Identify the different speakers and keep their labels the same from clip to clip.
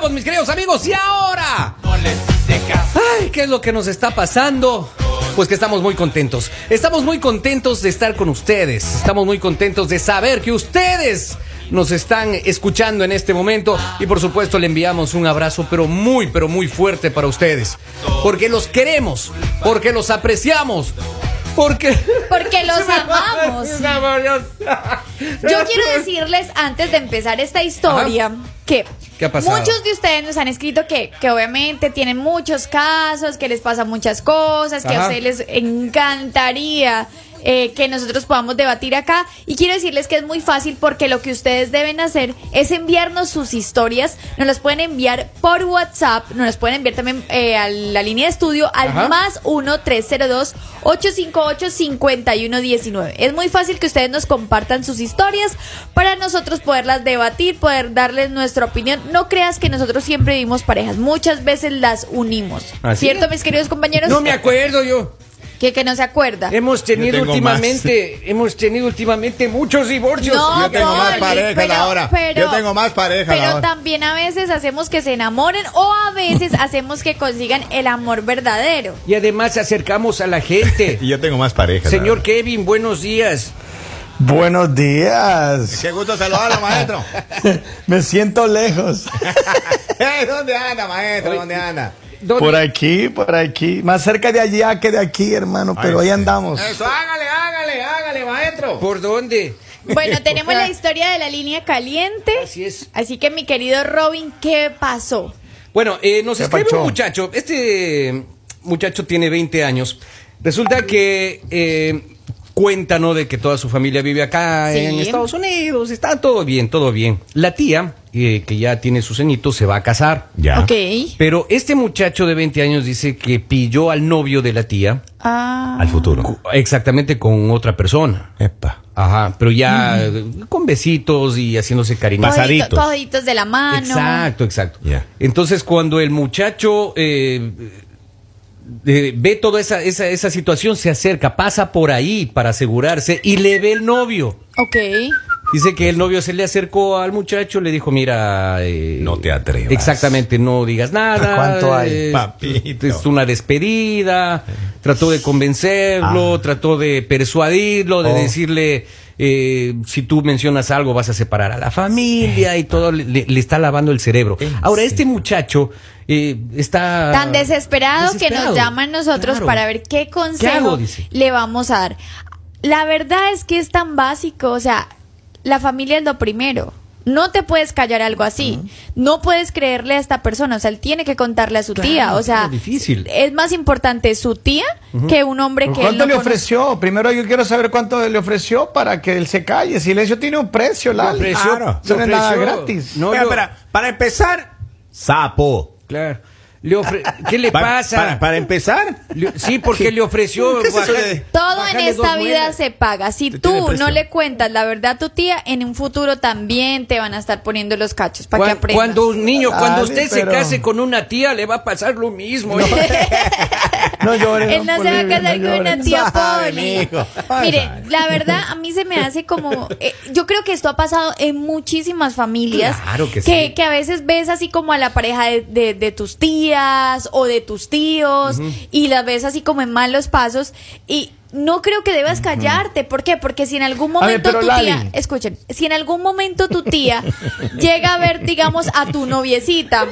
Speaker 1: vamos, y ahora. Ay, ¿qué es lo que nos está pasando? Pues que estamos muy contentos. Estamos muy contentos de estar con ustedes. Estamos muy contentos de saber que ustedes nos están escuchando en este momento. Y por supuesto le enviamos un abrazo, pero muy, pero muy fuerte para ustedes. Porque los queremos, porque los apreciamos, porque...
Speaker 2: Porque los amamos. Yo quiero decirles antes de empezar esta historia
Speaker 1: Ajá.
Speaker 2: que
Speaker 1: ¿Qué ha pasado?
Speaker 2: muchos de ustedes nos han escrito que, que obviamente tienen muchos casos, que les pasan muchas cosas, que a
Speaker 1: Ajá.
Speaker 2: ustedes les encantaría. eh, que nosotros podamos debatir acá y quiero decirles que es muy fácil porque lo que ustedes deben hacer es enviarnos sus historias, nos las pueden enviar por WhatsApp, nos las pueden enviar también eh, a la línea de estudio al
Speaker 1: Ajá.
Speaker 2: más más 1-302-858-5119. Es muy fácil que ustedes nos compartan sus historias para nosotros poderlas debatir, poder darles nuestra opinión. No creas que nosotros siempre vivimos parejas, muchas veces las unimos.
Speaker 1: Así
Speaker 2: ¿Cierto,
Speaker 1: es.
Speaker 2: mis queridos compañeros?
Speaker 1: No me acuerdo yo.
Speaker 2: que, que no se acuerda.
Speaker 1: Hemos tenido
Speaker 3: tengo
Speaker 1: últimamente, hemos tenido últimamente muchos divorcios.
Speaker 2: No,
Speaker 3: Yo tengo más
Speaker 2: Poli,
Speaker 3: parejas
Speaker 2: pero-
Speaker 3: ahora.
Speaker 2: pero-
Speaker 3: Yo tengo más parejas
Speaker 2: Pero
Speaker 3: ahora.
Speaker 2: también a veces hacemos que se enamoren o a veces hacemos que consigan el amor verdadero.
Speaker 1: Y además acercamos a la gente.
Speaker 3: Y yo tengo más parejas.
Speaker 1: Señor
Speaker 3: ahora.
Speaker 1: Kevin, buenos días.
Speaker 4: Buenos días.
Speaker 3: Qué gusto saludarlo, maestro.
Speaker 4: Me siento lejos.
Speaker 3: Eh, ¿Dónde anda, maestro? ¿Dónde anda?
Speaker 1: ¿Dónde-
Speaker 4: Por aquí, por aquí. Más cerca de allá que de aquí, hermano, pero
Speaker 3: Ay,
Speaker 4: ahí
Speaker 3: sí.
Speaker 4: andamos.
Speaker 3: Eso, hágale, hágale, hágale, maestro.
Speaker 1: ¿Por dónde?
Speaker 2: Bueno, tenemos la historia de la línea caliente.
Speaker 1: Así es.
Speaker 2: Así que mi querido Robin, ¿qué pasó?
Speaker 1: Bueno, eh, nos
Speaker 4: ¿Qué
Speaker 1: escribe
Speaker 4: pacho?
Speaker 1: un muchacho. Este muchacho tiene 20 años. Resulta que eh, cuenta, ¿no? De que toda su familia vive acá
Speaker 2: Sí.
Speaker 1: en Estados Unidos. Está todo bien, todo bien. La tía, eh, que ya tiene sus ceñitos, se va a casar.
Speaker 3: Ya.
Speaker 2: Ok.
Speaker 1: Pero este muchacho de 20 años dice que pilló al novio de la tía
Speaker 2: Ah.
Speaker 3: Al futuro.
Speaker 1: exactamente con otra persona.
Speaker 3: Epa.
Speaker 1: Ajá, pero ya eh, con besitos y haciéndose cariño.
Speaker 3: Pasar-
Speaker 2: Cogidito-
Speaker 3: Pasaditos.
Speaker 2: Cogiditos de la mano.
Speaker 1: Exacto, exacto.
Speaker 3: Ya.
Speaker 1: Entonces, cuando el muchacho eh, eh, ve toda esa, esa, esa situación, se acerca, pasa por ahí para asegurarse y le ve el novio.
Speaker 2: Ok.
Speaker 1: Dice que el novio se le acercó al muchacho, le dijo, mira... eh,
Speaker 3: No te atrevas.
Speaker 1: Exactamente, no digas nada.
Speaker 4: ¿Cuánto hay,
Speaker 1: es-
Speaker 3: papito?
Speaker 1: Es una despedida. Trató de convencerlo, trató de persuadirlo, de
Speaker 4: Ah. Oh.
Speaker 1: decirle, eh, si tú mencionas algo vas a separar a la familia y todo, le, le- le está lavando el cerebro. Ahora, este muchacho eh, está...
Speaker 2: Tan desesperado, que
Speaker 1: desesperado.
Speaker 2: nos llaman nosotros
Speaker 1: Claro.
Speaker 2: para ver qué consejo
Speaker 1: hago? Dice.
Speaker 2: le vamos a dar. La verdad es que es tan básico, o sea, la familia es lo primero. No te puedes callar algo así. No puedes creerle a esta persona. O sea, él tiene que contarle a su
Speaker 1: Claro,
Speaker 2: tía. O sea,
Speaker 1: claro, difícil.
Speaker 2: es más importante su tía que un hombre que él
Speaker 4: ¿Cuánto
Speaker 2: no
Speaker 4: le
Speaker 2: conoce.
Speaker 4: ofreció? Primero yo quiero saber cuánto le ofreció para que él se calle. Silencio tiene un precio,
Speaker 1: Le
Speaker 4: Lali.
Speaker 1: ofreció-
Speaker 3: Claro.
Speaker 1: le
Speaker 4: Eso no es nada
Speaker 1: ofreció-
Speaker 4: gratis.
Speaker 1: no,
Speaker 3: Espera,
Speaker 1: le-
Speaker 3: espera, para empezar, sapo.
Speaker 1: Claro. Le ofre- ¿Qué le
Speaker 3: Para-
Speaker 1: pasa?
Speaker 3: Para, para empezar,
Speaker 1: Le- Sí, porque le ofreció.
Speaker 3: ¿Qué es eso
Speaker 1: bajar-
Speaker 3: de-
Speaker 2: Todo en
Speaker 1: bajarle
Speaker 2: esta
Speaker 1: dos
Speaker 2: vida
Speaker 1: muelas.
Speaker 2: se paga. Si
Speaker 3: Te tiene
Speaker 2: tú no
Speaker 3: precio.
Speaker 2: le cuentas la verdad a tu tía, en un futuro también te van a estar poniendo los cachos para que
Speaker 1: Cuan-
Speaker 2: aprendas.
Speaker 1: Cuando un niño, cuando
Speaker 4: Dale,
Speaker 1: usted se
Speaker 4: pero-
Speaker 1: case con una tía, le va a pasar lo mismo. ¿eh?
Speaker 4: No llores.
Speaker 2: Él no se va a
Speaker 4: Bolivia,
Speaker 2: casar
Speaker 4: no
Speaker 2: con una
Speaker 4: llores.
Speaker 2: tía
Speaker 3: Sabe,
Speaker 2: Poli.
Speaker 3: mijo. Ay,
Speaker 2: Mire,
Speaker 3: sabe.
Speaker 2: la verdad, a mí se me hace como. eh, yo creo que esto ha pasado en muchísimas familias.
Speaker 1: Claro que sí.
Speaker 2: que a veces ves así como a la pareja de, de- de tus tías o de tus tíos y las ves así como en malos pasos. Y no creo que debas callarte. ¿Por qué? Porque si en algún
Speaker 4: A ver,
Speaker 2: momento
Speaker 4: pero
Speaker 2: tu tía.
Speaker 4: Lali.
Speaker 2: Escuchen, si en algún momento tu tía llega a ver, digamos, a tu noviecita.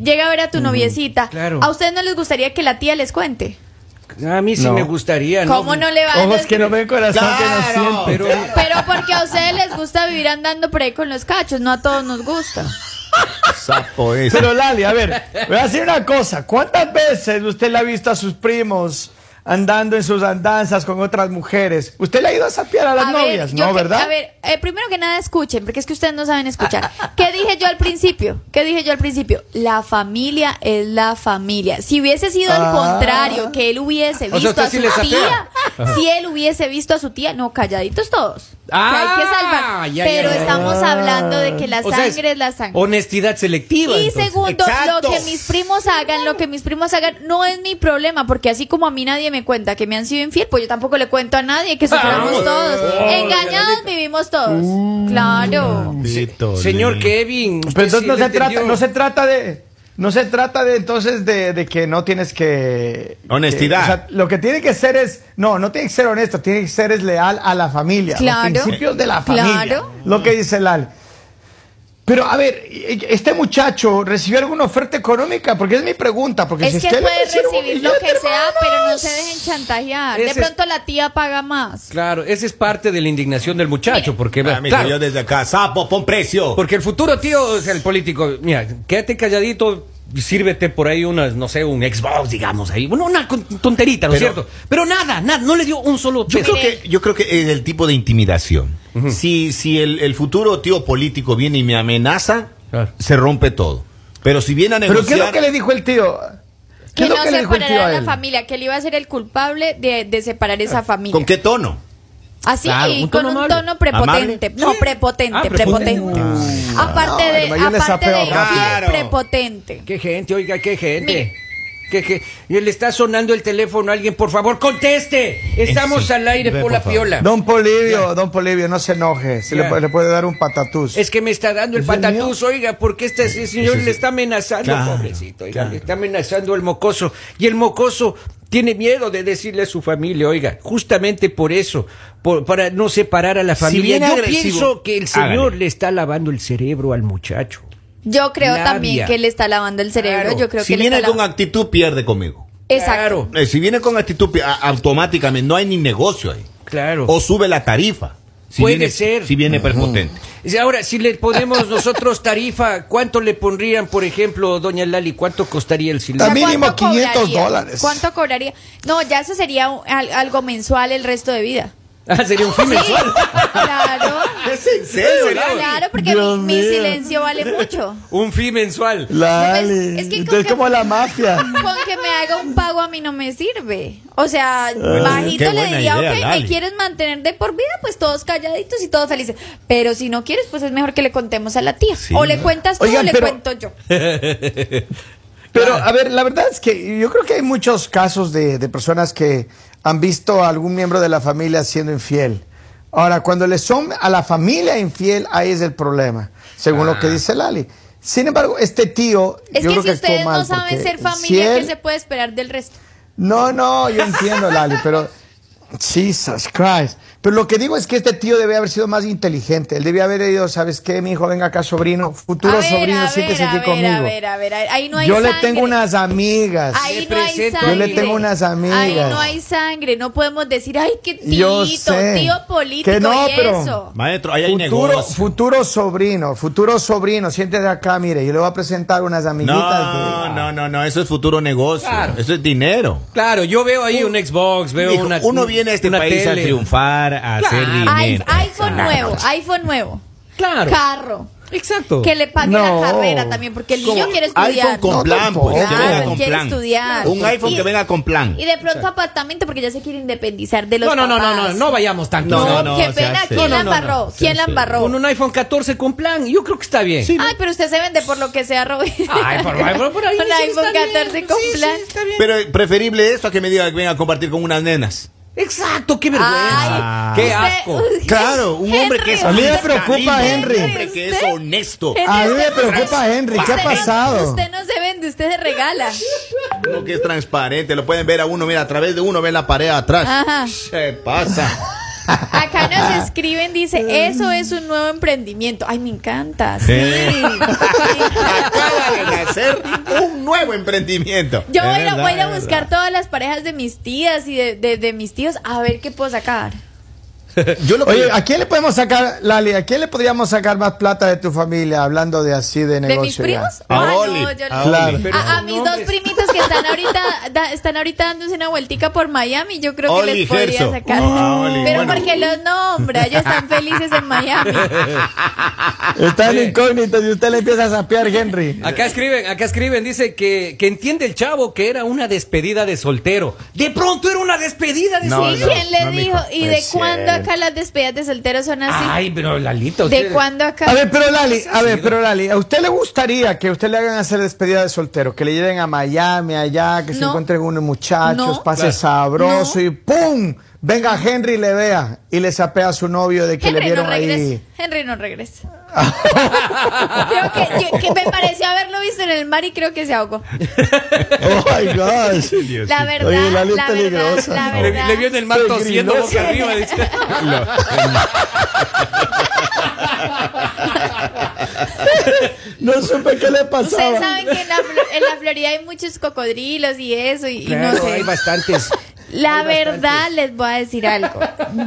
Speaker 2: Llega a ver a tu noviecita.
Speaker 1: claro.
Speaker 2: ¿A ustedes no les gustaría que la tía les cuente?
Speaker 1: A mí sí
Speaker 4: No.
Speaker 1: me gustaría.
Speaker 2: ¿Cómo no le va a
Speaker 4: Ojos que no ven, corazón que no
Speaker 3: Claro.
Speaker 4: siente.
Speaker 1: Pero
Speaker 2: Pero porque a ustedes les gusta vivir andando por ahí con los cachos, no a todos nos gusta.
Speaker 3: sapo es.
Speaker 4: Pero Lali, a ver, voy a decir una cosa. ¿Cuántas veces usted le ha visto a sus primos andando en sus andanzas con otras mujeres? ¿Usted le ha ido a sapear a las
Speaker 2: a
Speaker 4: novias?
Speaker 2: yo
Speaker 4: no,
Speaker 2: que-
Speaker 4: ¿verdad?
Speaker 2: A ver, eh, primero que nada escuchen, porque es que ustedes no saben escuchar. ¿Qué dije yo al principio? ¿Qué dije yo al principio? La familia es la familia. Si hubiese sido
Speaker 4: Ah.
Speaker 2: al contrario, que él hubiese
Speaker 1: sea,
Speaker 2: visto
Speaker 1: usted
Speaker 2: a
Speaker 1: sí
Speaker 2: su
Speaker 1: le sapea.
Speaker 2: tía, si él hubiese visto a su tía, no, calladitos todos. Que hay que
Speaker 1: Ah,
Speaker 2: salvar.
Speaker 1: ya, ya,
Speaker 2: Pero
Speaker 1: ya.
Speaker 2: estamos hablando de que la
Speaker 1: o sea,
Speaker 2: sangre
Speaker 1: es
Speaker 2: es la sangre.
Speaker 1: honestidad selectiva.
Speaker 2: Y
Speaker 1: entonces.
Speaker 2: segundo,
Speaker 3: Exacto.
Speaker 2: lo que mis primos hagan, lo que mis primos hagan, no es mi problema, porque así como a mí nadie me cuenta que me han sido infiel, pues yo tampoco le cuento a nadie que suframos
Speaker 1: Vamos.
Speaker 2: todos.
Speaker 1: Oh,
Speaker 2: Engañados vivimos todos. claro.
Speaker 4: Mm.
Speaker 3: Papito,
Speaker 1: Señor
Speaker 3: lindo.
Speaker 1: Kevin. usted
Speaker 4: Pero entonces
Speaker 1: Pues sí
Speaker 4: no,
Speaker 1: le
Speaker 4: se trata,
Speaker 1: entendió.
Speaker 4: no se trata de. No se trata de entonces de, de que no tienes que...
Speaker 3: Honestidad.
Speaker 4: que- o sea, lo que tiene que ser es... No, no tiene que ser honesto, tiene que ser es leal a la familia.
Speaker 2: Claro.
Speaker 4: Los principios de la
Speaker 2: Claro.
Speaker 4: familia. Lo que dice Lal. Pero a ver, este muchacho recibió alguna oferta económica, porque es mi pregunta, porque si
Speaker 2: es que
Speaker 4: usted le
Speaker 2: puede
Speaker 4: hiciera un
Speaker 2: recibir lo
Speaker 4: billete,
Speaker 2: que sea, pero no se
Speaker 4: hermanos.
Speaker 2: dejen chantajear.
Speaker 1: Ese
Speaker 2: De
Speaker 1: es-
Speaker 2: pronto la tía paga más.
Speaker 1: Claro, esa es parte de la indignación del muchacho, porque
Speaker 3: Ah, mijo,
Speaker 1: claro,
Speaker 3: yo desde acá, sapo, pon precio.
Speaker 1: porque el futuro tío es el político. Mira, quédate calladito, sírvete por ahí unas, no sé, un Xbox, digamos ahí, bueno, una con- tonterita, ¿no es
Speaker 3: Pero-
Speaker 1: cierto? Pero nada, nada, no le dio un solo
Speaker 3: Yo
Speaker 1: peso.
Speaker 3: creo, que, yo creo que es el tipo de intimidación. Si, si el, el futuro tío político viene y me amenaza,
Speaker 1: Claro.
Speaker 3: se rompe todo. Pero si viene a negociar...
Speaker 4: Pero ¿qué es lo que le dijo el tío? ¿Qué
Speaker 2: Que
Speaker 4: es lo
Speaker 2: no
Speaker 4: que le dijo el tío
Speaker 2: separara
Speaker 4: a
Speaker 2: a la
Speaker 4: él?
Speaker 2: familia, que él iba a ser el culpable de, de separar esa familia.
Speaker 3: ¿Con qué tono?
Speaker 2: Así,
Speaker 1: Claro,
Speaker 2: y
Speaker 1: un
Speaker 2: con
Speaker 1: tono
Speaker 2: un
Speaker 1: amable.
Speaker 2: tono prepotente.
Speaker 3: ¿Amable?
Speaker 2: No,
Speaker 1: Sí.
Speaker 2: prepotente,
Speaker 1: Ah, prepotente.
Speaker 2: prepotente. aparte
Speaker 4: Ah,
Speaker 2: de,
Speaker 4: bueno, yo le
Speaker 2: aparte de
Speaker 4: sapeo
Speaker 2: infiel,
Speaker 3: rápido.
Speaker 2: prepotente.
Speaker 1: Qué gente, oiga, qué
Speaker 2: Mire.
Speaker 1: gente. Que, le está sonando el teléfono a alguien, por favor, conteste. Estamos
Speaker 3: Sí.
Speaker 1: al aire
Speaker 3: Ve,
Speaker 1: por
Speaker 3: por
Speaker 1: la
Speaker 3: favor.
Speaker 1: piola.
Speaker 4: Don Polivio, don Polivio, no se enoje, se le,
Speaker 1: Ya.
Speaker 4: pu- le puede dar un patatús.
Speaker 1: Es que me está dando el
Speaker 4: ¿Es el
Speaker 1: patatús, oiga, porque este ese señor
Speaker 3: Eso sí.
Speaker 1: le está amenazando,
Speaker 3: Claro,
Speaker 1: pobrecito, oiga,
Speaker 3: claro.
Speaker 1: le está amenazando al mocoso. Y el mocoso tiene miedo de decirle a su familia, oiga, justamente por eso, por- para no separar a la familia.
Speaker 3: viene
Speaker 1: Yo
Speaker 3: agresivo,
Speaker 1: pienso que el señor
Speaker 3: hágale.
Speaker 1: le está lavando el cerebro al muchacho.
Speaker 2: Yo creo
Speaker 1: Labia.
Speaker 2: también que le está lavando el cerebro.
Speaker 1: Claro.
Speaker 2: Yo creo
Speaker 3: Si
Speaker 2: que le
Speaker 3: viene
Speaker 2: está
Speaker 3: con
Speaker 2: lavando-
Speaker 3: actitud, pierde conmigo.
Speaker 2: Exacto.
Speaker 1: Claro,
Speaker 3: Eh, si viene con actitud, pi- a- automáticamente no hay ni negocio ahí.
Speaker 1: claro.
Speaker 3: O sube la tarifa. Si
Speaker 1: Puede
Speaker 3: viene-
Speaker 1: ser.
Speaker 3: Si viene prepotente.
Speaker 1: Y Ahora, si le ponemos nosotros tarifa, ¿cuánto le pondrían, por ejemplo, doña Lali? ¿Cuánto costaría el
Speaker 2: O sea,
Speaker 1: silencio?
Speaker 4: También- mínimo
Speaker 2: ¿cuánto
Speaker 4: 500 dólares.
Speaker 2: ¿Cuánto cobraría? No, ya eso sería un- al- algo mensual el resto de vida.
Speaker 1: Ah, sería un fin
Speaker 2: Sí,
Speaker 1: mensual.
Speaker 2: claro.
Speaker 3: ¿Es en
Speaker 1: serio, Lali?
Speaker 2: Claro, porque mi,
Speaker 4: Dios
Speaker 2: mi
Speaker 4: mío.
Speaker 2: silencio vale mucho.
Speaker 1: Un fin mensual.
Speaker 4: Lali,
Speaker 2: Es que
Speaker 4: usted
Speaker 2: con
Speaker 4: pues, es
Speaker 2: que-
Speaker 4: como la mafia.
Speaker 2: Con que me haga un pago a mí no me sirve. O sea, bajito
Speaker 3: qué
Speaker 2: le
Speaker 3: buena
Speaker 2: diría,
Speaker 3: idea,
Speaker 2: ok,
Speaker 3: Lali.
Speaker 2: me quieres mantener de por vida, pues todos calladitos y todos felices. Pero si no quieres, pues es mejor que le contemos a la tía.
Speaker 3: Sí.
Speaker 2: O le cuentas tú
Speaker 4: Oigan,
Speaker 2: o le
Speaker 4: pero-
Speaker 2: cuento yo.
Speaker 4: Pero, a ver, la verdad es que yo creo que hay muchos casos de, de personas que han visto a algún miembro de la familia siendo infiel. Ahora, cuando le son a la familia infiel, ahí es el problema, según lo que dice Lali. Sin embargo, este tío.
Speaker 2: Es
Speaker 4: yo
Speaker 2: que
Speaker 4: creo
Speaker 2: si
Speaker 4: actuó
Speaker 2: ustedes no
Speaker 4: mal,
Speaker 2: saben
Speaker 4: porque
Speaker 2: ser
Speaker 4: si
Speaker 2: familia, ¿qué
Speaker 4: él-
Speaker 2: se puede esperar del resto?
Speaker 4: No, no, yo entiendo, Lali, pero. Jesus Christ. Pero lo que digo es que este tío debe haber sido más inteligente. Él debía haber ido, ¿sabes qué, mi hijo? Venga acá, sobrino. Futuro
Speaker 2: A ver,
Speaker 4: sobrino,
Speaker 2: a
Speaker 4: siéntese
Speaker 2: ver,
Speaker 4: aquí
Speaker 2: a ver,
Speaker 4: conmigo.
Speaker 2: A ver, a ver, a ver, ahí no hay
Speaker 4: yo le
Speaker 2: sangre.
Speaker 4: tengo unas amigas.
Speaker 2: Ahí
Speaker 1: Te
Speaker 2: no hay
Speaker 1: presento
Speaker 2: sangre.
Speaker 1: Yo le
Speaker 4: tengo unas amigas.
Speaker 2: Ahí no hay sangre. No podemos decir, ay, qué
Speaker 4: Yo
Speaker 2: tío,
Speaker 4: sé.
Speaker 2: tío político
Speaker 4: Que no,
Speaker 2: y
Speaker 4: pero-
Speaker 2: eso.
Speaker 3: Maestro, ahí hay
Speaker 4: Futuro,
Speaker 3: negocio.
Speaker 4: futuro sobrino, futuro sobrino, siéntese acá, mire, yo le voy a presentar unas amiguitas.
Speaker 3: No,
Speaker 4: de-
Speaker 3: no, no, no, eso es futuro negocio.
Speaker 1: Claro.
Speaker 3: Eso es dinero.
Speaker 1: Claro, yo veo ahí un, Xbox, veo
Speaker 3: Mijo,
Speaker 1: una.
Speaker 3: uno viene a este
Speaker 1: una
Speaker 3: país a
Speaker 1: tele.
Speaker 3: triunfar, a
Speaker 1: Claro.
Speaker 3: hacer
Speaker 2: Ay-
Speaker 3: dinero.
Speaker 2: iPhone nuevo, iPhone nuevo.
Speaker 1: Claro.
Speaker 2: Carro.
Speaker 1: Exacto.
Speaker 2: Que le pague
Speaker 4: No.
Speaker 2: la carrera también, porque el niño
Speaker 3: Como
Speaker 2: quiere estudiar.
Speaker 3: iPhone con
Speaker 4: No,
Speaker 3: plan, pues,
Speaker 4: tampoco.
Speaker 3: que venga
Speaker 2: Claro,
Speaker 3: con
Speaker 2: quiere
Speaker 3: plan.
Speaker 2: estudiar.
Speaker 3: Un iPhone
Speaker 2: Y-
Speaker 3: que venga con plan.
Speaker 2: Y de pronto apartamento, porque ya se quiere independizar de los
Speaker 1: No, no, no, no,
Speaker 2: papás.
Speaker 1: no, no vayamos tan
Speaker 3: No,
Speaker 2: No,
Speaker 1: no,
Speaker 3: no, no,
Speaker 2: qué
Speaker 3: o sea,
Speaker 2: pena.
Speaker 3: sí.
Speaker 2: ¿Quién
Speaker 3: No,
Speaker 2: la
Speaker 1: no, no, no.
Speaker 2: embarró?
Speaker 3: Sí,
Speaker 2: ¿Quién la
Speaker 3: sí.
Speaker 2: embarró?
Speaker 1: Con un iPhone 14 con plan, yo creo que está bien.
Speaker 2: Ay, pero usted se vende por lo que sea, Robin.
Speaker 1: Ay, por, por- por ahí
Speaker 2: Un
Speaker 1: sí
Speaker 2: iPhone
Speaker 1: está bien.
Speaker 2: 14 con
Speaker 1: Sí, sí,
Speaker 2: plan.
Speaker 1: está bien.
Speaker 3: Pero eh, preferible eso a que me diga que venga a compartir con unas nenas.
Speaker 1: Exacto, qué vergüenza.
Speaker 3: Ay.
Speaker 1: qué
Speaker 2: Usted-
Speaker 1: asco.
Speaker 2: usted-
Speaker 3: Claro, un hombre que es
Speaker 4: A mí me
Speaker 2: usted-
Speaker 4: preocupa Henry.
Speaker 3: Un hombre que es
Speaker 2: ¿Usted?
Speaker 3: honesto.
Speaker 2: Henry,
Speaker 4: A mí me
Speaker 2: usted-
Speaker 4: preocupa Henry, ¿qué
Speaker 2: usted
Speaker 4: ha
Speaker 2: no-
Speaker 4: pasado?
Speaker 2: Usted no se vende, usted se regala.
Speaker 3: Uno que es transparente, lo pueden ver a uno, mira, a través de uno ven la pared atrás.
Speaker 2: Ajá.
Speaker 3: Se pasa.
Speaker 2: Acá nos escriben, dice, eso es un nuevo emprendimiento. Ay, me encanta. Sí.
Speaker 3: Eh.
Speaker 2: Me encanta.
Speaker 3: Acaba de nacer un nuevo emprendimiento.
Speaker 2: Yo
Speaker 3: Es
Speaker 2: voy, a-
Speaker 3: verdad,
Speaker 2: voy a ir a
Speaker 3: es
Speaker 2: buscar
Speaker 3: verdad.
Speaker 2: todas las parejas de mis tías y de, de- de mis tíos a ver qué puedo sacar.
Speaker 3: Yo lo que-
Speaker 4: Oye, ¿a quién le podemos sacar, Lali, a quién le podríamos sacar más plata de tu familia hablando de así de
Speaker 2: ¿De mis
Speaker 4: negocio? ya?
Speaker 2: primos?
Speaker 3: A
Speaker 2: Ah, no,
Speaker 3: Oli,
Speaker 2: yo
Speaker 3: a
Speaker 2: no.
Speaker 4: Oli.
Speaker 1: Pero
Speaker 2: A, a
Speaker 1: no,
Speaker 2: mis dos
Speaker 1: hombre.
Speaker 2: primitos que están ahorita da- están ahorita dándose una vueltica por Miami, yo creo que
Speaker 3: Oli
Speaker 2: les podría
Speaker 3: Gerso.
Speaker 2: sacar.
Speaker 3: Ah, Oli,
Speaker 2: Pero
Speaker 3: bueno.
Speaker 2: porque los nombra, ellos están felices en Miami.
Speaker 4: Están incógnitos y usted le empieza a sapear, Henry.
Speaker 1: Acá escriben, acá escriben, dice que, que entiende el chavo que era una despedida de soltero. De pronto era una despedida de
Speaker 3: No,
Speaker 2: ¿Y
Speaker 1: soltero.
Speaker 3: no.
Speaker 2: quién le
Speaker 3: no, Pues mijo,
Speaker 2: dijo? ¿Y
Speaker 3: no
Speaker 2: de
Speaker 3: es
Speaker 2: cuándo
Speaker 3: cierto.
Speaker 2: acá las despedidas de solteros son así?
Speaker 1: Ay, pero Lalito.
Speaker 2: Ah, ¿De
Speaker 1: usted-
Speaker 2: cuándo acá?
Speaker 4: A ver, pero Lali, a ver, pero Lali, ¿a usted le gustaría que usted le hagan hacer despedida de soltero? Que le lleven a llame allá, que se
Speaker 2: No.
Speaker 4: encuentren unos muchachos,
Speaker 2: No.
Speaker 4: pase
Speaker 1: Claro.
Speaker 4: sabroso
Speaker 2: No.
Speaker 4: y ¡pum! Venga Henry y le vea y le sapea a su novio de que le
Speaker 2: Henry no
Speaker 4: vieron
Speaker 2: regresa.
Speaker 4: ahí.
Speaker 2: Henry no regresa. creo que, yo- que me pareció haberlo visto en el mar y creo que se ahogó.
Speaker 4: Oh my gosh.
Speaker 2: La verdad,
Speaker 4: Pues Oye, la
Speaker 2: la,
Speaker 4: luz
Speaker 2: verdad,
Speaker 4: peligrosa.
Speaker 2: la
Speaker 4: Le-
Speaker 1: Le,
Speaker 2: verdad.
Speaker 1: le vio en el mar
Speaker 4: Soy
Speaker 1: tosiendo
Speaker 4: grinoso.
Speaker 1: boca arriba. dice.
Speaker 4: No supe qué le
Speaker 2: Ustedes
Speaker 4: pasaba.
Speaker 2: saben que en la, Flo- en la Florida hay muchos cocodrilos y eso, y, y no
Speaker 1: Claro,
Speaker 2: sé.
Speaker 1: hay bastantes.
Speaker 2: La
Speaker 1: Hay
Speaker 2: verdad
Speaker 1: bastantes.
Speaker 2: les voy a decir algo.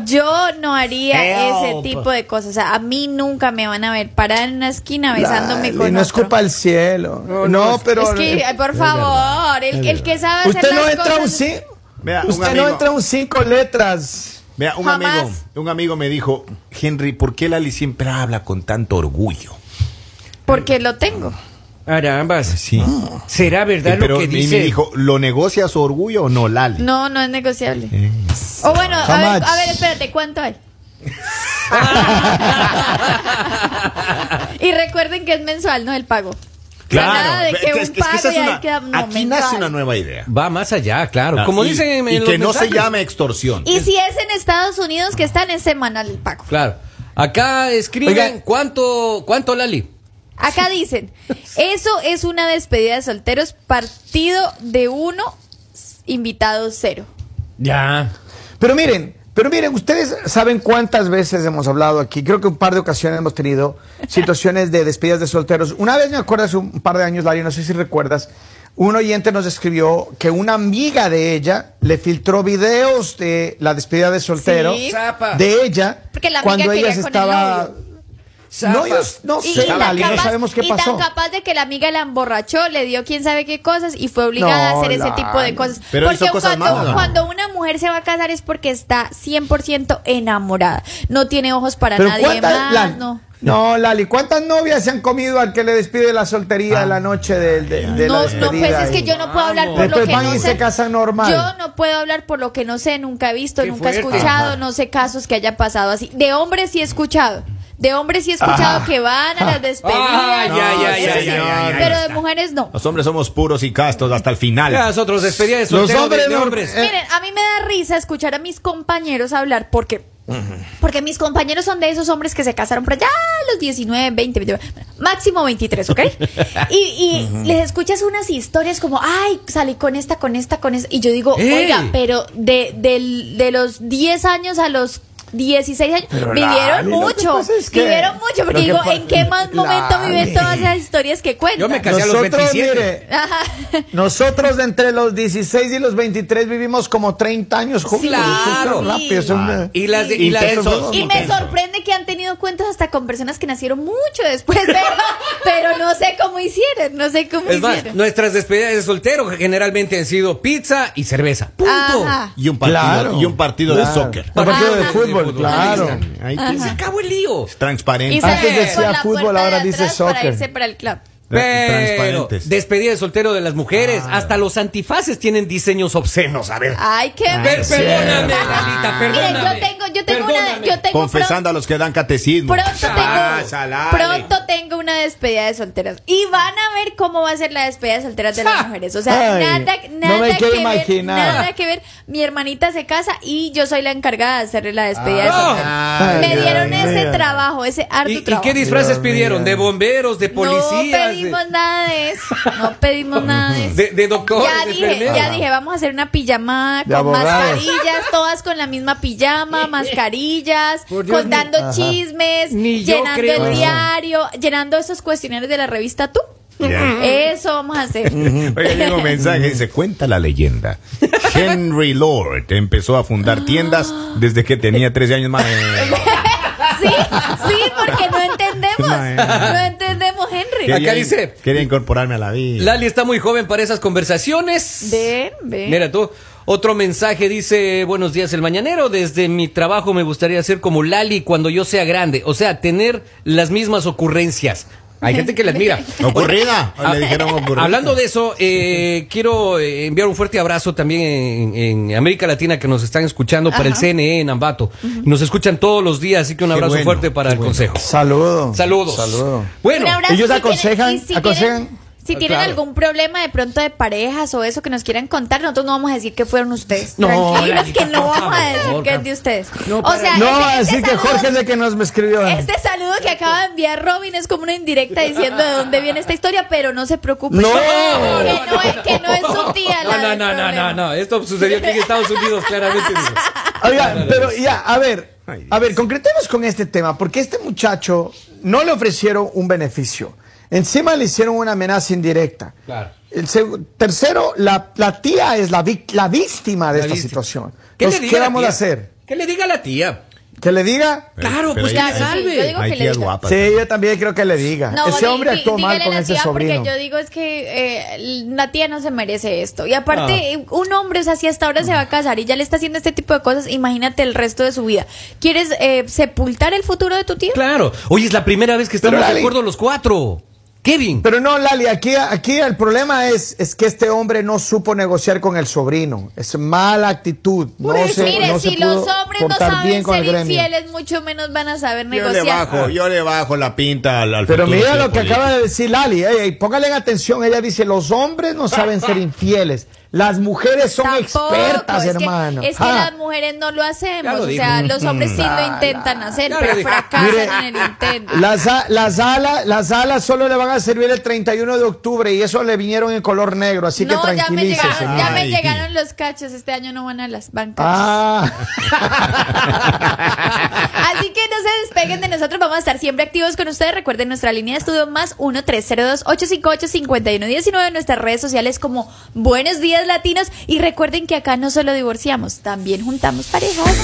Speaker 2: Yo no haría ese
Speaker 4: pues.
Speaker 3: Help.
Speaker 2: tipo de cosas. O sea, a mí nunca me van a ver parada en una esquina besándome
Speaker 4: Dale,
Speaker 2: con
Speaker 4: no es
Speaker 2: otro.
Speaker 4: culpa del cielo. No,
Speaker 1: no, es-
Speaker 4: pero
Speaker 2: es que, ay, por favor, el, el que sabe hacer
Speaker 4: usted no
Speaker 2: las
Speaker 4: entra a un
Speaker 2: cosas-
Speaker 4: cin-
Speaker 3: Vea, un
Speaker 4: usted
Speaker 3: amigo-
Speaker 4: no entra a un cinco letras.
Speaker 3: Mira, un
Speaker 2: Jamás.
Speaker 3: amigo, un amigo me dijo, Henry, ¿por qué Lali siempre habla con tanto orgullo?
Speaker 2: Porque lo tengo.
Speaker 1: Carambas.
Speaker 3: Sí.
Speaker 1: ¿Será verdad
Speaker 3: Pero
Speaker 1: Ah. lo que
Speaker 3: y
Speaker 1: dice?
Speaker 3: me dijo, ¿lo negocia su orgullo o no, Lali?
Speaker 2: No, no es negociable. O bueno, a
Speaker 4: Jamás.
Speaker 2: ver, a ver, espérate, ¿cuánto hay? y recuerden que es mensual, no el pago. O sea, nada de que un
Speaker 3: esa
Speaker 2: pago y
Speaker 3: es
Speaker 2: ahí
Speaker 3: una-
Speaker 2: queda, no,
Speaker 3: aquí
Speaker 2: mensual.
Speaker 3: nace una nueva idea.
Speaker 1: Va más allá, claro. Como
Speaker 3: Ah, Y-
Speaker 1: dicen en,
Speaker 3: y
Speaker 1: en los
Speaker 3: que no se
Speaker 1: mensajes.
Speaker 3: llame extorsión.
Speaker 2: Y si es en Estados Unidos que están es semanal el pago.
Speaker 1: Claro. Acá escriben
Speaker 4: Oiga.
Speaker 1: cuánto, cuánto Lali.
Speaker 2: Acá dicen, eso es una despedida de solteros, partido de uno, invitado cero.
Speaker 1: Ya.
Speaker 4: Pero miren, pero miren, ustedes saben cuántas veces hemos hablado aquí. Creo que un par de ocasiones hemos tenido situaciones de despedidas de solteros. Una vez me acuerdo hace un par de años, Lari, no sé si recuerdas, un oyente nos escribió que una amiga de ella le filtró videos de la despedida de soltero
Speaker 2: Sí.
Speaker 1: Zapa.
Speaker 4: de ella
Speaker 2: Porque la amiga
Speaker 4: cuando ella
Speaker 2: quería
Speaker 4: se
Speaker 2: con el
Speaker 4: estaba
Speaker 2: novio.
Speaker 4: no, yo no
Speaker 2: Y,
Speaker 4: sé,
Speaker 2: tan
Speaker 4: Lali, no
Speaker 2: capaz-
Speaker 4: sabemos qué
Speaker 2: y tan
Speaker 4: pasó.
Speaker 2: capaz de que la amiga la emborrachó, le dio quién sabe qué cosas y fue obligada
Speaker 4: No,
Speaker 2: a hacer ese
Speaker 4: Lali.
Speaker 2: tipo de cosas.
Speaker 3: Pero
Speaker 2: porque
Speaker 3: hizo cosas
Speaker 2: cuando,
Speaker 3: malas, ¿no?
Speaker 2: cuando una mujer se va a casar es porque está 100% enamorada. No tiene ojos para
Speaker 4: Pero
Speaker 2: nadie
Speaker 4: ¿cuántas-
Speaker 2: más,
Speaker 4: Lali?
Speaker 2: no.
Speaker 4: No, Lali, ¿cuántas novias se han comido al que le despide la soltería la noche de, de- de la
Speaker 2: Ah. No,
Speaker 4: despedida?
Speaker 2: no, pues es que
Speaker 4: ahí?
Speaker 2: yo no puedo hablar por
Speaker 4: Después
Speaker 2: lo que
Speaker 4: van
Speaker 2: no
Speaker 4: y
Speaker 2: sé.
Speaker 4: se casan normal.
Speaker 2: Yo no puedo hablar por lo que no sé, nunca he visto,
Speaker 1: Qué
Speaker 2: nunca he
Speaker 1: fuerte.
Speaker 2: escuchado,
Speaker 1: Ajá.
Speaker 2: no sé casos que hayan pasado así. De hombres sí he escuchado. De hombres sí he
Speaker 4: Ah.
Speaker 2: escuchado que van a las despedidas.
Speaker 1: Ah, ya,
Speaker 2: no,
Speaker 1: ya,
Speaker 2: eso
Speaker 1: ya,
Speaker 2: sí.
Speaker 1: ya, ya,
Speaker 3: ya,
Speaker 2: Pero
Speaker 3: ya
Speaker 2: de
Speaker 3: está.
Speaker 2: mujeres no.
Speaker 3: Los hombres somos puros y castos hasta el final.
Speaker 1: Ya, Nosotros despedida de soltero de-
Speaker 4: hombres
Speaker 1: de
Speaker 4: no-
Speaker 1: hombres.
Speaker 4: Eh.
Speaker 2: Miren, a mí me da risa escuchar a mis compañeros hablar porque porque mis compañeros son de esos hombres que se casaron por allá a los 19, 20, 21, máximo 23, ¿ok? Y, y les escuchas unas historias como, ay, salí con esta, con esta, con esta. Y yo digo,
Speaker 1: ¡Ey!
Speaker 2: oiga, pero de, del- de los 10 años a los 16 años,
Speaker 4: Pero,
Speaker 2: vivieron
Speaker 4: Lali, lo que
Speaker 2: mucho,
Speaker 4: pasa es que-
Speaker 2: vivieron mucho,
Speaker 4: lo que
Speaker 2: porque digo,
Speaker 4: pa-
Speaker 2: ¿en qué más momento
Speaker 4: Lali.
Speaker 2: viven todas esas historias que cuentan?
Speaker 1: Yo me casé a los
Speaker 4: Nosotros,
Speaker 1: 27.
Speaker 4: mire, nosotros de entre los 16 y los 23 vivimos como 30 años juntos.
Speaker 1: Claro.
Speaker 4: Eso es rápido, eso es una-
Speaker 1: Ah, Y las de, y las de-
Speaker 3: Intensos.
Speaker 2: Y me sorprende que han tenido cuentas hasta con personas que nacieron mucho después, pero, pero no sé cómo hicieron, no sé cómo
Speaker 1: Es más,
Speaker 2: hicieron.
Speaker 1: nuestras despedidas de soltero generalmente han sido pizza y cerveza. Punto.
Speaker 2: Ajá.
Speaker 3: Y un partido,
Speaker 4: Claro.
Speaker 3: y un partido
Speaker 4: Claro.
Speaker 3: de soccer.
Speaker 4: Un partido
Speaker 1: Ajá.
Speaker 4: Ah,
Speaker 2: Ah.
Speaker 4: de fútbol, claro.
Speaker 3: Ahí
Speaker 1: Se
Speaker 3: tienes.
Speaker 1: acabó el lío.
Speaker 3: Transparente.
Speaker 2: Y
Speaker 4: Antes
Speaker 2: salieron
Speaker 4: decía
Speaker 2: por la
Speaker 4: fútbol,
Speaker 2: puerta de
Speaker 4: ahora dice
Speaker 2: atrás Para
Speaker 4: soccer.
Speaker 2: irse para el club.
Speaker 1: Pero
Speaker 3: transparentes.
Speaker 1: despedida de soltero de las mujeres, hasta los antifaces tienen diseños obscenos, a ver.
Speaker 2: Ay, qué
Speaker 1: Per-
Speaker 2: mal.
Speaker 1: perdóname, Lalita,
Speaker 2: Miren,
Speaker 1: perdóname.
Speaker 2: yo tengo, yo tengo una,
Speaker 1: Perdóname.
Speaker 2: yo tengo
Speaker 3: Confesando a los que dan catecismo.
Speaker 2: Pronto
Speaker 3: Ah,
Speaker 2: tengo,
Speaker 3: salale.
Speaker 2: pronto tengo una despedida de solteras. Y van a ver cómo va a ser la despedida de solteras de las mujeres. O sea,
Speaker 4: Ay,
Speaker 2: nada,
Speaker 4: no
Speaker 2: nada
Speaker 4: me quiero
Speaker 2: que ver.
Speaker 4: imaginar.
Speaker 2: Nada que ver. Mi hermanita se casa y yo soy la encargada de hacerle la despedida de
Speaker 1: Ah.
Speaker 2: solteras.
Speaker 4: Ay,
Speaker 2: Me
Speaker 4: Dios
Speaker 2: dieron
Speaker 4: mío.
Speaker 2: ese trabajo, ese
Speaker 1: ¿Y,
Speaker 2: arduo
Speaker 1: y
Speaker 2: trabajo.
Speaker 1: qué disfraces
Speaker 4: Dios
Speaker 1: pidieron?
Speaker 4: mío.
Speaker 1: ¿De bomberos? ¿De
Speaker 2: no
Speaker 1: policías? de-
Speaker 2: pedimos nada de eso. No pedimos nada de eso.
Speaker 1: de, de doctores?
Speaker 2: Ya
Speaker 1: de
Speaker 2: dije,
Speaker 1: enfermeros?
Speaker 2: ya dije, vamos a hacer una pijamada
Speaker 4: De
Speaker 2: con
Speaker 4: abogados.
Speaker 2: mascarillas, todas con la misma pijama, mascarillas,
Speaker 1: Por Dios,
Speaker 2: contando
Speaker 4: ni-
Speaker 2: chismes,
Speaker 1: Ni yo
Speaker 2: llenando
Speaker 1: creo
Speaker 2: el
Speaker 1: eso.
Speaker 2: diario, llenando esos cuestionarios de la revista tú.
Speaker 3: Ya.
Speaker 2: Eso vamos a hacer.
Speaker 3: Oiga, llega un mensaje, dice, cuenta la leyenda. Henry Lord empezó a fundar tiendas desde que tenía 13 años más.
Speaker 2: Sí, sí, porque no entendemos. No entendemos, Henry.
Speaker 3: Quería-
Speaker 1: dice-
Speaker 3: Quería incorporarme a la vida.
Speaker 1: Lali está muy joven para esas conversaciones.
Speaker 2: Ven, ven.
Speaker 1: Mira tú. Otro mensaje dice, buenos días el mañanero, desde mi trabajo me gustaría ser como Lali cuando yo sea grande, o sea, tener las mismas ocurrencias. Hay gente que las mira.
Speaker 3: Ocurrida. Le dijeron ocurrida.
Speaker 1: Ah, Hablando de eso, eh, quiero eh, enviar un fuerte abrazo también en, en América Latina que nos están escuchando para el CNE en Ambato. Nos escuchan todos los días, así que un
Speaker 3: Qué
Speaker 1: abrazo
Speaker 3: bueno,
Speaker 1: fuerte para
Speaker 3: qué
Speaker 1: el
Speaker 3: bueno.
Speaker 1: consejo.
Speaker 4: Saludo.
Speaker 1: Saludos.
Speaker 4: Saludo.
Speaker 1: Bueno,
Speaker 2: Un abrazo,
Speaker 4: ellos
Speaker 2: si quieren-
Speaker 4: aconsejan-
Speaker 2: y si
Speaker 4: aconsejan-
Speaker 2: quieren- Si tienen
Speaker 1: ah, claro.
Speaker 2: algún problema de pronto de parejas o eso que nos quieran contar, nosotros no vamos a decir que fueron ustedes.
Speaker 1: No,
Speaker 2: Tranquilos
Speaker 1: Lalita,
Speaker 2: que no
Speaker 1: por
Speaker 2: vamos a
Speaker 1: favor,
Speaker 2: decir
Speaker 1: por
Speaker 2: que es
Speaker 1: favor.
Speaker 2: de ustedes.
Speaker 1: No,
Speaker 2: o
Speaker 1: para-
Speaker 2: sea,
Speaker 4: No,
Speaker 2: ese-
Speaker 4: así
Speaker 2: ese
Speaker 4: que
Speaker 2: saludo-
Speaker 4: Jorge es el que nos me escribió.
Speaker 2: Este saludo que acaba de enviar Robin es como una indirecta diciendo de dónde viene esta historia, pero no se preocupen.
Speaker 4: No.
Speaker 2: que no es, que no es su tía.
Speaker 1: No,
Speaker 2: la
Speaker 1: no,
Speaker 2: del
Speaker 1: no, no,
Speaker 2: problema.
Speaker 1: no, no. Esto sucedió aquí en Estados Unidos, claramente.
Speaker 4: Oiga, pero ya, a ver,
Speaker 3: Ay, Dios.
Speaker 4: a ver, concretemos con este tema, porque este muchacho no le ofrecieron un beneficio. Encima le hicieron una amenaza indirecta.
Speaker 1: Claro.
Speaker 4: El seg- tercero, la, la tía es la, vic- la víctima de
Speaker 1: La
Speaker 4: esta
Speaker 1: víctima.
Speaker 4: situación.
Speaker 1: ¿Qué
Speaker 4: Entonces,
Speaker 1: le diga
Speaker 4: ¿qué
Speaker 1: la
Speaker 4: vamos
Speaker 1: tía?
Speaker 4: a hacer?
Speaker 1: ¿Qué le diga a la tía?
Speaker 4: ¿Que le diga?
Speaker 1: Claro, pues
Speaker 2: ya,
Speaker 1: que
Speaker 2: sí, yo
Speaker 1: salve.
Speaker 2: digo
Speaker 3: Hay
Speaker 2: que le
Speaker 3: tías
Speaker 2: diga.
Speaker 3: guapas.
Speaker 4: Sí, yo también creo que le diga.
Speaker 2: No,
Speaker 4: Ah, Ese
Speaker 2: di-
Speaker 4: hombre
Speaker 2: di-
Speaker 4: actuó mal
Speaker 2: dígale
Speaker 4: con
Speaker 2: a la
Speaker 4: ese
Speaker 2: tía
Speaker 4: sobrino.
Speaker 2: Porque yo digo es que eh, la tía no se merece esto. Y aparte,
Speaker 4: Ah.
Speaker 2: eh, un hombre, o sea, si hasta ahora se va a casar y ya le está haciendo este tipo de cosas, imagínate el resto de su vida. ¿Quieres eh, sepultar el futuro de tu tía?
Speaker 1: Claro. Oye, es la primera vez que estamos
Speaker 4: Pero,
Speaker 1: de
Speaker 4: Lali-
Speaker 1: acuerdo los cuatro. Kevin.
Speaker 4: Pero no, Lali, aquí, aquí el problema es, es que este hombre no supo negociar con el sobrino. Es mala actitud. No
Speaker 1: eso.
Speaker 4: se,
Speaker 2: Mire,
Speaker 4: no se
Speaker 2: si
Speaker 4: pudo
Speaker 2: los hombres no
Speaker 4: portar bien
Speaker 2: saben
Speaker 4: con
Speaker 2: ser
Speaker 4: el gremio.
Speaker 2: infieles, mucho menos van a saber
Speaker 3: Yo le
Speaker 2: negociar.
Speaker 3: bajo, yo le bajo la pinta al, al
Speaker 4: Pero
Speaker 3: futuro
Speaker 4: mira lo que
Speaker 3: geopolítico.
Speaker 4: acaba de decir Lali. Ey, ey, póngale atención. Ella dice, los hombres no saben ser infieles. Las mujeres son
Speaker 2: Tampoco,
Speaker 4: expertas,
Speaker 2: es que-
Speaker 4: hermano. Ah.
Speaker 2: es que
Speaker 4: Ja.
Speaker 2: las mujeres no lo
Speaker 1: Ya
Speaker 2: hacemos.
Speaker 1: lo
Speaker 2: o
Speaker 1: dijo.
Speaker 2: sea, los hombres sí lo intentan hacer,
Speaker 1: Ya lo
Speaker 2: pero
Speaker 1: dijo.
Speaker 2: fracasan en el intento.
Speaker 4: Las, a- las alas, las alas solo le van a servir el 31 de octubre y eso le vinieron en color negro, así
Speaker 2: no,
Speaker 4: que
Speaker 2: ya me,
Speaker 4: tranquilícese.
Speaker 2: llegaron, ya me
Speaker 3: Ay.
Speaker 2: llegaron los cachos. Este año no van a las bancas.
Speaker 4: Ah,
Speaker 2: Así que no se despeguen de nosotros. Vamos a estar siempre activos con ustedes. Recuerden nuestra línea de estudio más 1 302 858 5119 Nuestras redes sociales como Buenos Días Latinos. Y recuerden que acá no solo divorciamos, también juntamos parejas.